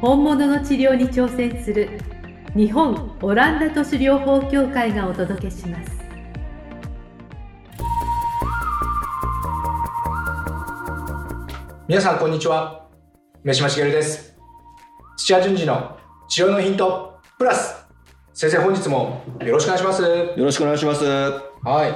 本物の治療に挑戦する日本オランダ都市療法協会がお届けします皆さんこんにちは上島茂です土屋順次の治療のヒントプラス先生本日もよろしくお願いしますよろしくお願いします。ははい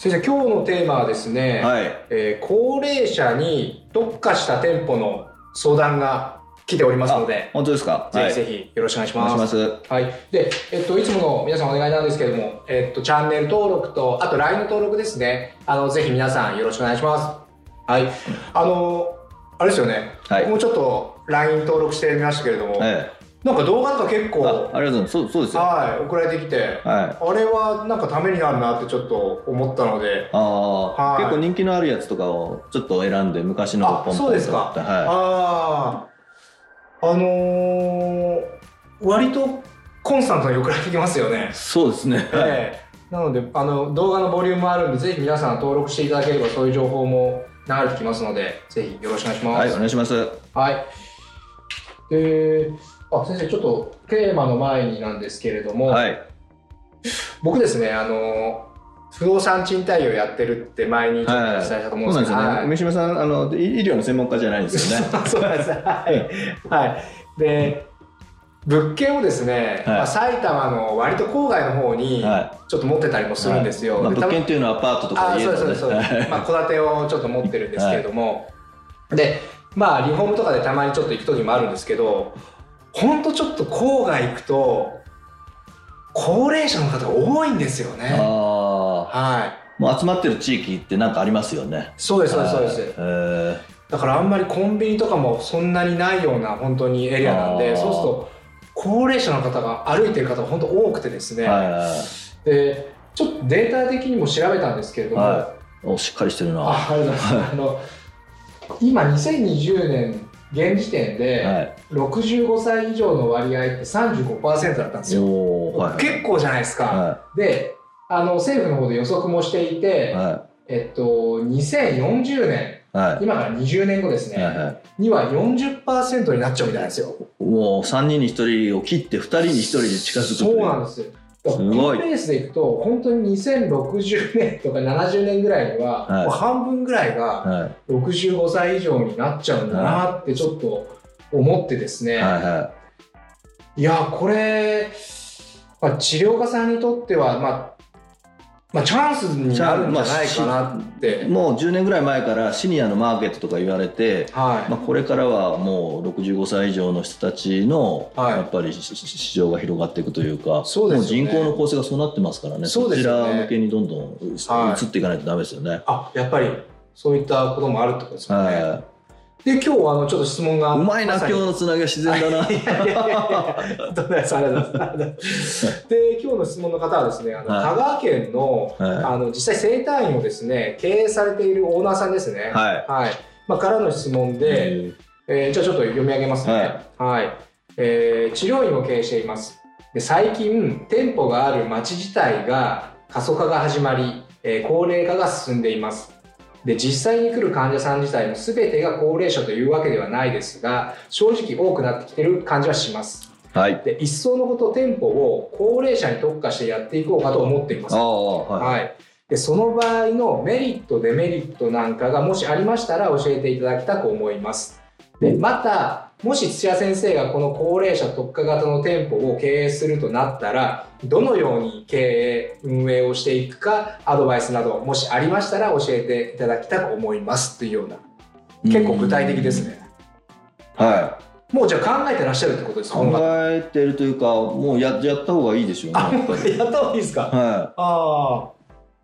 先生今日のテーマはですね、い。えー高齢者に特化した店舗の相談が来ておりますので本当ですか。ぜはひぜい。ひよろしくお願いしお願いましす、まはいす。はで、えっと、いつもの皆さんお願いなんですけれども、えっと、チャンネル登録と、あと LINE の登録ですね。あの、ぜひ皆さんよろしくお願いします。はい。あの、あれですよね。はいもうちょっと LINE 登録してみましたけれども、い。なんか動画とか結構、あ、ありがとうございます。そう、そうですよ。ははい、送られてきて、い。ああれはなんかためになるなってちょっと思ったので、あはいー、結構人気のあるやつとかをちょっと選んで昔のをあポンポンそうですかとはああ、あのー割とコンスタントに送られてきますよねい。。そうですね。はい。ええなのであの動画のボリュームもあるんでぜひ皆さん登録していただければそういう情報も流れてきますのでぜひよろしくお願いしまはい、すお。願いします。はい、であ先生ちょっとテーマの前になんですけれども、はい。僕ですねあの不動産賃貸をやってるって前にちょっとお伝えしたとそ思ううんなんででけすすど、よはね。い梅島さん、あの、医医療の専門家じゃないんですよね。 そうなんです。はい。はい。で、物件をですね、はいまあ、埼玉の割と郊外の方に、はちょっと持ってたりもい。するんですよ。まあで物件っていうのはアパートとあかあ家そうとですそかうね。ですそうですまあ戸建てをちょっと持ってるんですけれども、でまあリフォームとかでたまにちょっと行く時もあるんですけどほんとちょっと郊外行くと高齢者の方が多いんですよねああ、はいもう集まってる地域ってなんかありますよね。そうですそうですそうですはいへえだからあんまりコンビニとかもそんなにないような本当にエリアなんあでーそうすると高齢者の方が歩いてる方が本当多くてですね、はいはいはい。でちょっとデータ的にも調べたんですけれども、はお、しっかりしてるな。はあありがとうございます。あの今2020年現時点い。で65歳以上の割合って35%だったんですよ。おーはい。結構じゃないですか。はで、あの政府の方で予測もしていい。て、はえっと2040年い。はい。今から20年後ですね、はいはい、には40%になっちゃうみたいなんですよ。もう3人に1人を切って2人に1人で近づくそうなんでですよ。だからすごいこのペースでいくと本当に2060年とか70年ぐらいには、はいもう半分ぐらいがす、はい65歳以上になっちゃうんだなってちょっと思ってですね、、はいはいやこれ、まあ、治療家さんにとっては、まあ、まあチャンスになるんじゃないかなって、い、もう10年ぐらい前からシニアのマーケットとか言われて、はいまあ、これからはもう65歳以上の人たちのはいやっぱりしし市場が広がっていくというかそうですよねもう人口の構成がそうなってますからねそうですよねちら向けにどんどん移はいっていかないとダメですよね。あやっぱりそういったこともあるってことですかね、はで今日あのちょっと質問がい、うまいなさ今に日のつなぎは自然だな。いやいやいやいやどんなやつありがとうございます。で、今日の質問の方はですね、あの、はい香川県の、はあの、実際生態院をですね、経営されているオーナーさんですね。い、はいはい。まあ、からの質問で、ええーじゃあちょっと読み上げますね。はい。えー治療院を経営しています。で最近、店舗がある町自体が過疎化が始まり、えー高齢化が進んでいます。で実際に来る患者さん自体も全てが高齢者というわけではないですが正直多くなってきてる感じはしますーはい、で一層のこと店舗を高齢者に特化してやっていこうかと思っていますああはいはい、でその場合のメリットデメリットなんかがもしありましたら教えていただきたく思いますでまたもし土屋先生がこの高齢者特化型の店舗を経営するとなったらどのように経営運営をしていくかアドバイスなどもしありましたら教えていただきたく思いますというような結構具体的ですねはいもうじゃあ考えてらっしゃるってことですか考えてるというかもうややった方がいいでしょうねあやっもぱうりやった方がいいですかはああい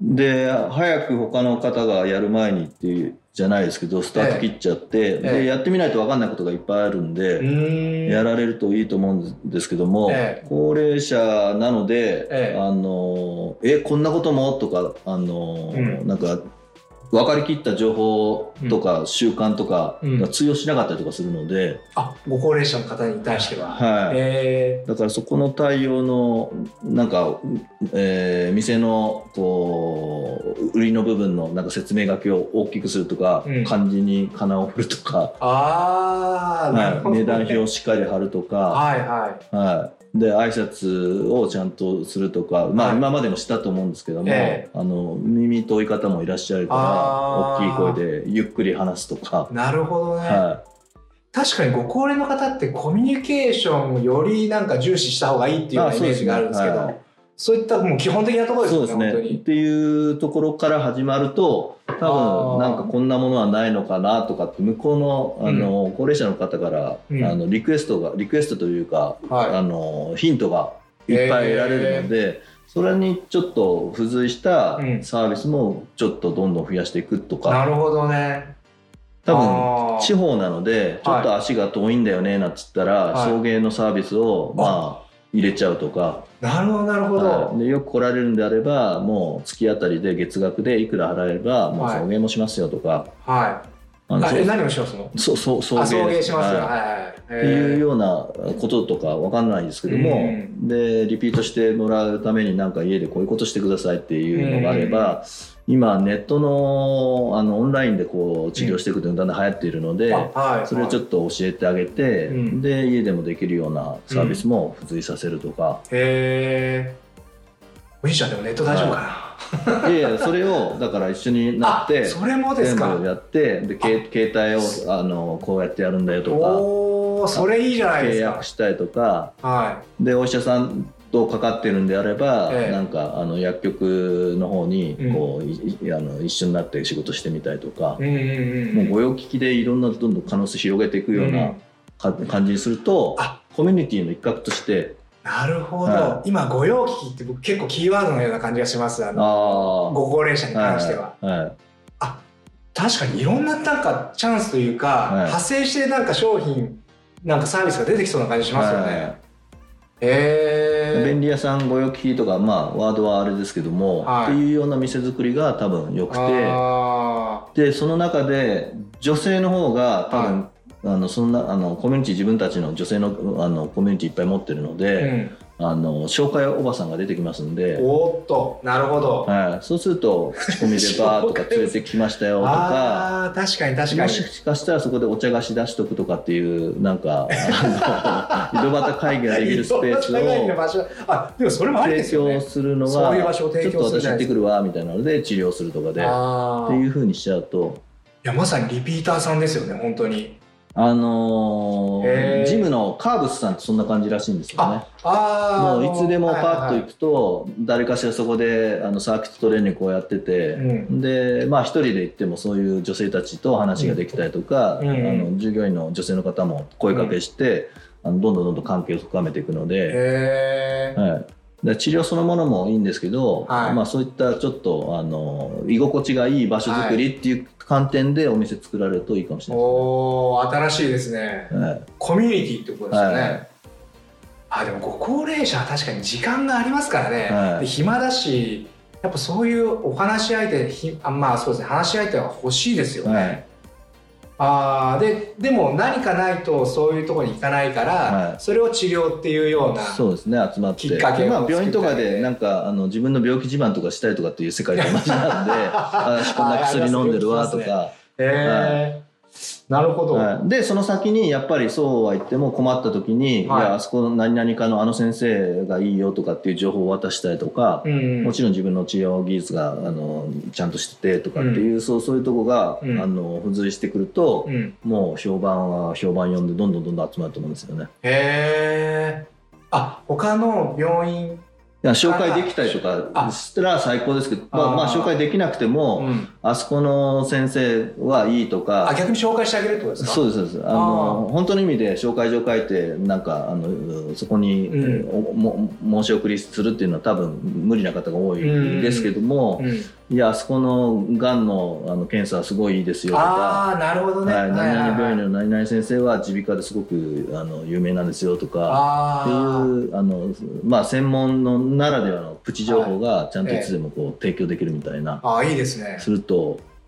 で早く他の方がやる前にっていうじゃないですけどスタート切っちゃって、ええでやってみないと分かんないことがいっぱいあるんで、んやられるといいと思うんですけども、ええ高齢者なので、ええあのえこんなこともとかあの、うんなんか分かりきった情報とか、習慣とかが通用しなかったりとかするので、あご高齢者の方に対しては。はいえだからそこの対応のなんか、えー店のこう売りの部分のなんか説明書きを大きくするとか、うん漢字に仮名を振るとー、か、ああ、 なるはほどい、ね値段表をしっかり貼るとか。はいははい、で挨拶をちゃんとするとか、まあ、はい今までもしたと思うんですけども、えあの耳遠い方もいらっしゃるあかーら大きい声でゆっくり話すとかい。、なるほどね、は確かにご高齢の方ってコミュニケーションをよりなんか重視した方がいいっていうようなあイそうメーですねジがあるんですけど、はいそういったもう基本的なところい、ですそうよでねす本当ねに。っていうところから始まるとあー多分なんかこんなものはないのかなとかって向こうのあの、高齢者の方から、うんあのリクエストがリクエストというか、はあのヒントがいっぱい得られるので、それにちょっと付随したうんサービスもちょっとどんどん増やしていくとい、なか、るほどね。多分あー地方なのでちょっと足が遠いんだよねなんつったら、はい送迎のサービスをまあ入れちゃうとか、なるほどなるほど。はいでよく来られるんであればもう月あたりで月額でいくら払えばもうはい送迎もしますよとか、はあのい。あそうえ何をしますの？そうそう送あ送迎迎しますよ。ははいいはい。ってっていうようなこととかわかんないですけども、うんでリピートしてもらうためになんか家でこういうことしてくださいっていうのがあれば、今ネットのあのオンラインでこう治療していくというのがだんだん流行っているので、はい。それをちょっと。と教えてあげて、うんで家でもできるようなサービスも付随させる とか、へえ。お兄ちゃんでもネット大丈夫かな。いやいやそれをだから一緒になってあそれもです全か部。やってでけ携帯をあのこうやってやるんだよとかおおそれいいじゃないで契す約か。したりとかはでお医者さんとかかってるんであれば、ええなんかあの薬局の方にうんこう、いいあの一緒になって仕事してみたいとかい。、うんうんうもん。うご用聞きでいろんなどんどん可能性広げていくよううなんか感じにすると、あコミュニティの一角としてなるほど、は今御用聞きって僕結構キーワードのような感じがしますあのあご高齢者にあ関しては、いはいはい確かにいろんななんかチャンスというか、い派生してなんか商品なんかサービスが出てきそうな感じしますよね、はいへえ便利屋さんご用聞きとか、まあ、ワードはあれですけども、はいっていうような店作りが多分良くて。あでその中で女性の方が多分、あのそんなあのコミュニティ自分たちの女性のあのコミュニティいっぱい持ってるのーうで、ん、あの紹介おばさんが出てきますんで、おーっとなるほど、はい、そうす ると口コミでバーと紹か介連れてきましたよとか。ああー確かに確かもにしかしたらそこでお茶菓子出しとくとかっていうなんかあ の井戸端会議ができるスペースいろんな長いのを場所あでもそれもありです提よね供するのそういうが場ち所ょを提っと供する私じゃな行っいてですくるわみたいなので治療するとかでっあてーいいうふうにしちゃうとやまさにリピーターさんですよね本当にあのーへージムのカーブスさんってそんな感じらしいんですよね。あもあういつでもパッと行く、くと誰かしらそこであのサーキットトレーニングをやってはいて、はいうんでまあ一人で行ってもそういう女性たちと話ができたりとか、うんうんあの従業員の女性の方も声かけして、あのどんどんどんどん関係を深めていくので,、へえはい、で治療そのものもいいんですけど、はいまあ、そういったちょっとあの居心地がいい場所作りっていう観点でお店作られるといいかもしれないおー新しいですねですね。はいコミュニティってことですよね、はいあでもご高齢者は確かに時間がありますからね、はいで暇だしやっぱそういうお話し相手ひあまあそうですね話し相手は欲しいですよね、はいあーででも何かないとそういうところに行かないから、はいそれを治療っていうようなそうですね集まっきてっかけをまあ、病院とか作ったりでなんかあの自分の病気自慢とかしたりとかっていう世界と同 じなんであ私こんな薬飲んでるわとか、へえなるほど、はいでその先にやっぱりそうは言っても困った時に、はいい、やあそこの何々かのあの先生がいいよとかっていう情報を渡したりとか、うんもちろん自分の治療技術があのちゃんとしててとかっていう、そうそういうとこが、うんあの付随してくると、うんもう評判は評判呼んでどんどんどんどん集まると思うんですよね。へえ。あ、他の病院や紹介できたりとかあしたら最高ですけどまあ、あーまあ紹介できなくても、うんあそこの先生はいいとかあ逆に紹介してあげるってことですかそううですそうですああの本当の意味で紹介状書いてなんかあのそこに、うんおも申し送りするっていうのは多分無理な方が多いですけども、ん、いやあそこのがんのあの検査はすごいいいですよとか。ああなるほどはね、い、何々病院のの何々先生は耳鼻科ですごくあの有名なんですよとかっていあーうあの、まあ、専門のならではのプチ情報がちゃんといつでもこう提供できるみたいな、あーいいですねすると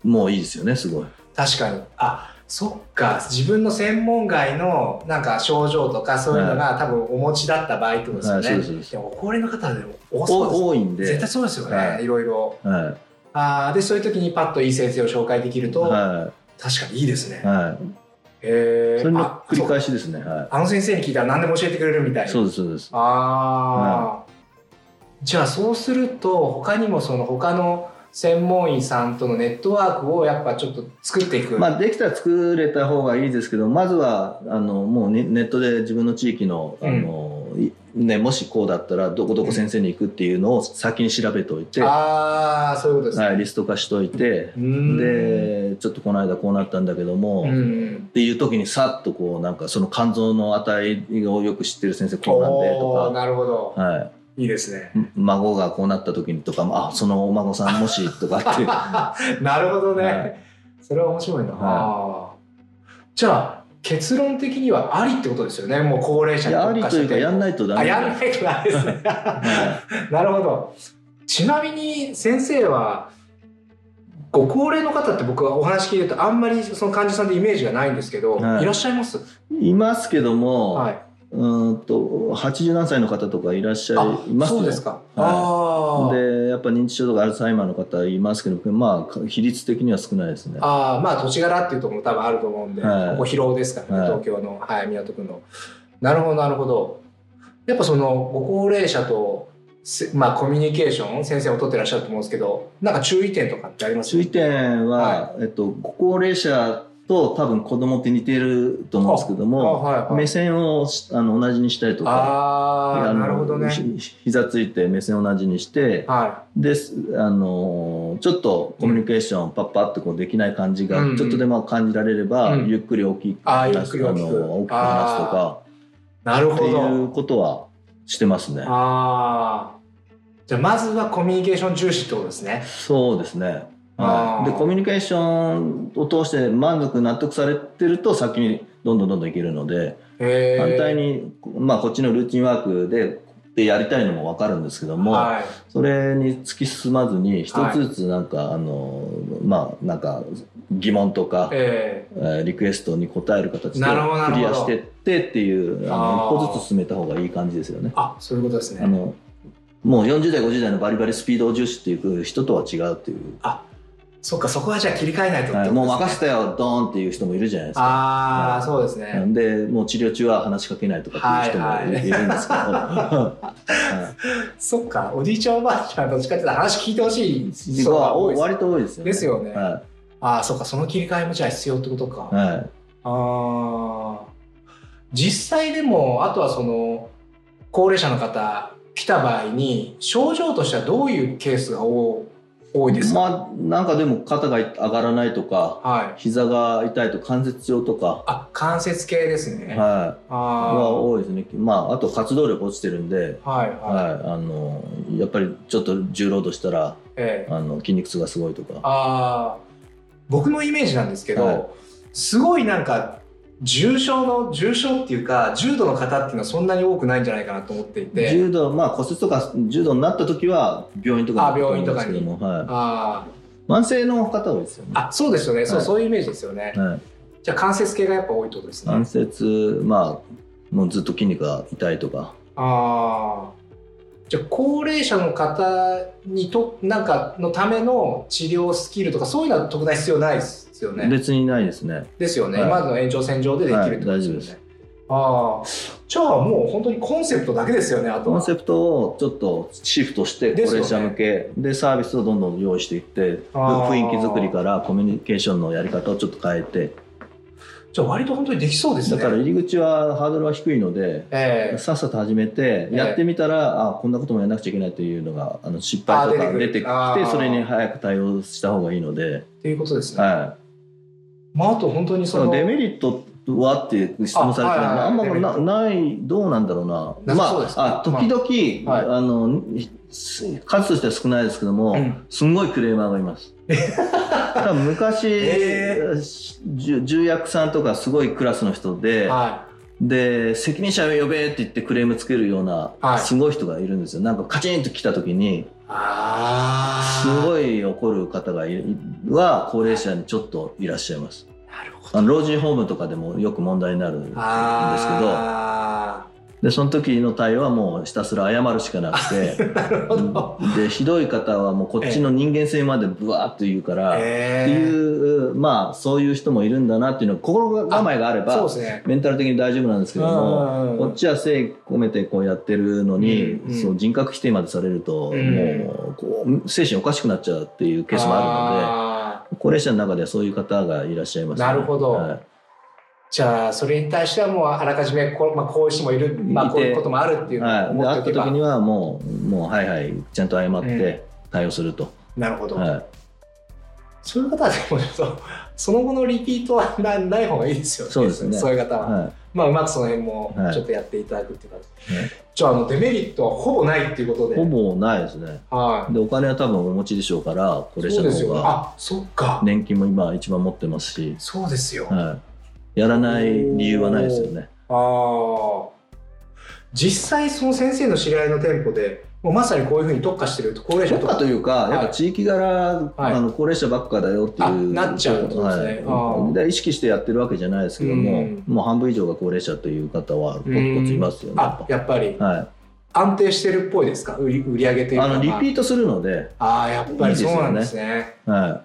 もういいですよねすごい。確かにあそっか自分の専門外のなんか症状とかそういうのが、多分お持ちだった場合ってことですよね、はいそうですそうですも高齢の方でも多そうですお多いんで絶対そうですよね、はいい、ろいろはいあーでそういう時にパッといい先生を紹介できると、は確かにいいですね、いはい、えーそれのあ繰りそう返しですね。はあの先生に聞いたら何でも教えてくれるみたいい。なそうですそうです。ああ、じゃあそうすると他にもその他の専門医さんとのネットワークをやっぱちょっと作っていく、まあできたら作れた方がいいですけど、まずはあのもうねネットで自分の地域のあうんの、いねもしこうだったらどこどこ先生に行くっていうのを先に調べておいて、はああそういうことですね、いリスト化しといてう、んでちょっとこの間こうなったんだけども。うんうっんていう時にさっとこうなんかその肝臓の値をよく知ってる先生こうなんでおーとなるほどか、はい、いいですね孫がこうなった時にとかあそのお孫さんもしとか っていうなるほどね、はいそれは面白いな、はいあーじゃあ結論的にはありってことですよねもう高齢者いにやあ特り化としいうてかやんないとダメあだやんないとダメですねはなるほど。ちなみに先生はご高齢の方って僕はお話聞いてるとあんまりその患者さんでイメージがないんですけど、、はいいらっしゃいます。い、いますけども、はい。うーんと80何歳の方とかいらっしゃあいますよそうですか。はいああ。でやっぱ認知症とかアルツハイマーの方いますけどまあ比率的には少ないですねああまあ土地柄っていうところも多分あると思うんで、はいここ疲労ですからね、はい東京の、はい、港区のなるほどなるほどやっぱそのご高齢者とせまあコミュニケーション先生も取ってらっしゃると思うんですけどなんか注意点とかってあります注意点は、えっと、ご高齢者と多分子供って似てると思うんですけどあもはいはい目線をしあの同じにしたりとかあああのなるほどねひひ膝ついて目線を同じにしてはですあのちょっとコミュニケーションパッパッとこうできない感じが、うんうんちょっとでも感じられれば、うんゆっくり大きくあーゆ話っくすりあ大きくの大きく話すとか。い。なるってほいどう。ことはしてますね。ああ。じゃあまずはコミュニケーション重視ってことですね。そうですね。あはーい、でコミュニケーションを通して満足納得されてると先にどんどんどんどんいけるので、へー反対に、まあ、こっちのルーティンワークででやりたいのも分かるんですけども、はい、それに突き進まずに一つずつなんか、あのまあなんか疑問とか、ええーリクエストに答える形でなるほどなるクほリどアしてってっていうあのあー一歩ずつ進めた方がいい感じですよねー。あそういうことですあね。のもう40代50代のバリバリスピードを重視っていう人とは違うっていう、そっかそこはじゃあ切り替えないとってことはですいねもう任せたよドーンっていう人もいるじゃないですかああ、はいそうですなね。んでもう治療中は話しかけないとかっていう人もい,、はいはいるんですけど、 はそっかおじいちゃんおばあちゃんどっちかっていうと話聞いてほしいい、人が多いです。割と多いですよねですよねはああそっかその切り替えもじゃあ必要ってことか。いはいああ実際でもあとはその高齢者の方来た場合に症状としてはどういうケースが多多いですか、まあなんかでも肩が上がらないとかはい膝が痛いと関節症とか、あ関節系ですね、い、はあい、あは多いですねまああと活動力落ちてるんで、はいはい、はい、あのやっぱりちょっと重労働したらええあの筋肉痛がすごいとかああ僕のイメージなんですけど、はいすごいなんか重症の重症っていうか重度の方っていうのはそんなに多くないんじゃないかなと思っていて柔道まあ骨折とか柔道になった時は病院とかあ病院とかに行く思うんですけども、はあい、慢性の方多いですよね、ああそうですよね、そうはいそういうイメージですよねはい、じゃあ関節系がやっぱ多いってことですね関節まあもうずっと筋肉が痛いとかああじゃあ高齢者の方にとなんかのための治療スキルとかそういうのは特段必要ないですよね。別にないですねですよね、はい今までの延長線上でできるってことですよね。はい大丈夫ですああじゃあもう本当にコンセプトだけですよねあとコはンセプトをちょっとシフトして高ですよ齢ね者向けで,、サービスをどんどん用意していってあー雰囲気作りからコミュニケーションのやり方をちょっと変えてじゃあ割と本当にできそうですだね。から入り口はハードルは低いので、ええさっさと始めてえやってみたら、あこんなこともやらなくちゃいけないというのがあの失敗とあか出出ててくるきあてーそれに早く対応した方がいいので、っていうことですね。はまああと本当にい、そそののデメリットはって質問されあはていはいはいあんまりなデメないどうなんだろうななさそうですねまあ、あ時々、はいあの数としては少ないですけども、うんすんごいクレーマーがいます。 多分 昔、え重重役さんとかすごいクラスの人で、はで責任者呼べって言ってクレームつけるようなはいすごい人がいるんですよ、なんかカチンと来た時にい。ああ。すい。ごい怒る方がいるは高齢者にちょっといらっしゃいますなるほど。あの老人ホームとかでもよく問題になるんですけどあでその時の対応はもうひたすら謝るしかなくてー なるほど。でひどい方はもうこっちの人間性までブワーッと言うから、 えってえいうまあそういう人もいるんだなっていうのは心構えがあれそうばですね。メンタル的に大丈夫なんですけども。うんこっちは誠意込めてこうやってるのに、うんうんそう人格否定までされると、うんもうこう精神おかしくなっちゃうっていうケースもあるあーので高齢者の中ではそういう方がいらっしゃいます、なるほどはいじゃあそれに対してはもうあらかじめこう,、まあ、こういう人もいる、まあ、いてこういうこともあるっていうのをはい、で思って会おっけたば、時にはもうもうはいはいちゃんと謝っうんて対応すると、なるほど、はい、そういう方はでもちょっとその後のリピートはなない方がいいですよねそうですねそういう方は、はまあ、うまくその辺もはいちょっとやっていただくっていう感じ、はいじゃああのデメリットはほぼないっていうことい、でほぼないですねはでお金は多分お持ちでしょうから高い齢そ者うのです方よねがあそっか、年金も今一番持ってますし、そうですよ、あはい、やらない理由はないですよねあ実際その先生の知り合いの店舗でもうまさにこういうふうに特化してると高齢者評と価というか、いやっぱ地域柄、はいあの高齢者ばっかだよっていあう、なっちゃうってことですねあーはい、で意識してやってるわけじゃないですけども、うんもう半分以上が高齢者という方は、ポツポツいますよね、やあっやっぱりぱはい、安定してるっぽいですか売り売り上げというかあのリピまートするので、ああーやっぱりいいですそようねなんですねはや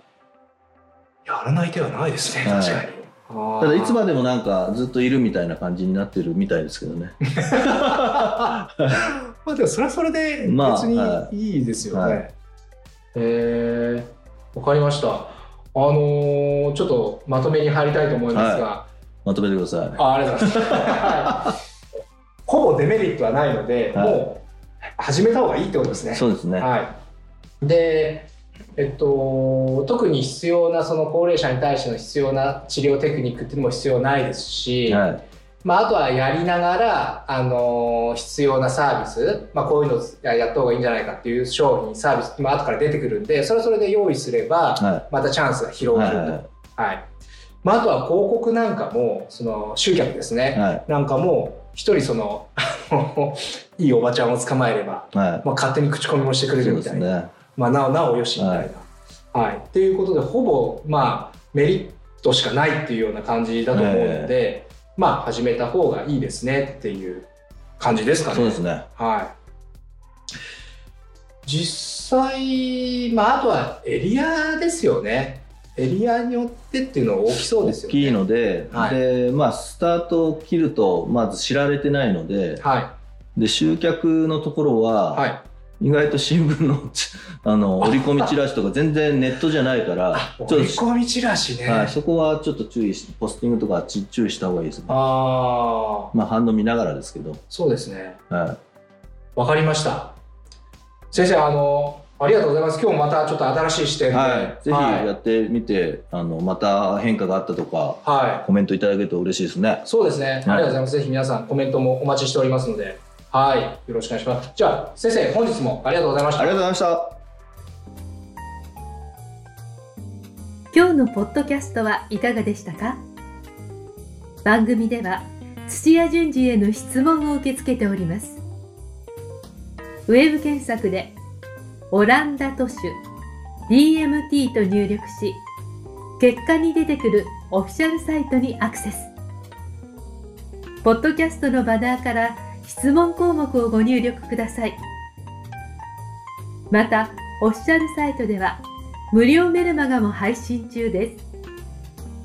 らない手はないですねはい確かに、い、あただ、いつまででもなんか、ずっといるみたいな感じになってるみたいですけ どね、 まあでもそれはそれで別まあにはいいですよね、はいえーわかりましたあのーちょっとまとめに入りたいと思いますが、まとめてください。あありがとうございます はいほぼデメリットはないので、はいもう始めた方がいいってことですねそうですね、はい、で、えっと、特に必要なその高齢者に対しての必要な治療テクニックっていうのも必要ないですし、はいまあ、あとはやりながら、あの必要なサービス、まあ、こういうのややった方がいいんじゃないかっていう商品サービスって、まあ後から出てくるんでそれはそれで用意すればはまたチャンスが広いはがるいと、ははいまあ、あとは広告なんかもその集客ですね、いはなんかもう一人その いいおばちゃんを捕まえれば、いはまあ、勝手に口コミもしてくいれそるうみでたいすな。ねまあ、なおなおよしみたいな。はいっていうことでほぼ、まあ、メリットしかないっていうような感じだと思うので、まあ始めた方がいいですねっていう感じですかね。そうですねはい、実際、まあ、あとはエリアですよね。エリアによってっていうのは大きそうですよ大ね。きいので,、はいでまあ、スタートを切るとまず知られてないので、は、、で集客のところはいはい、意外と新聞のあの折り込みチラシとか全然ネットじゃないからあちょ折っり込みチラシね。と、はい、そこはちょっと注意しポスティングとかち注意した方がいいですねああ、まあ反応見ながらですけど、そうですね。はわかりました。先生、あの、ありがとうございます。今日もまたちょっと新しい視点いで。はい、ぜひやってみて、あのまた変化があったとかはいはコメントいただけると嬉しいですねい。そうですね。ありがとうございます。ぜひ皆さん、コメントもお待ちしておりますので。はい。よろしくお願いします。じゃあ、先生、本日もありがとうございましあたりが。とうございました今日のポッドキャストはいかがでしたか番組では土屋順次への質問を受け付けておりますウェブ検索で「オランダ都市 DMT」と入力し結果に出てくるオフィシャルサイトにアクセスポッドキャストのバナーから質問項目をご入力くださいまたオフィシャルサイトでは「無料メルマガも配信中で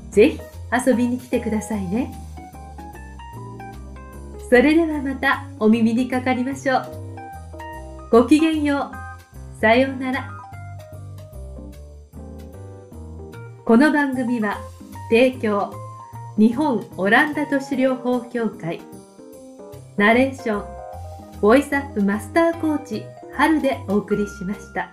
す。ぜひ遊びに来てくださいね。それではまたお耳にかかりましょう。ごきげんよう。さようなら。この番組は提供日本オランダ都市療法協会ナレーションボイスアップマスターコーチ春でお送りしました。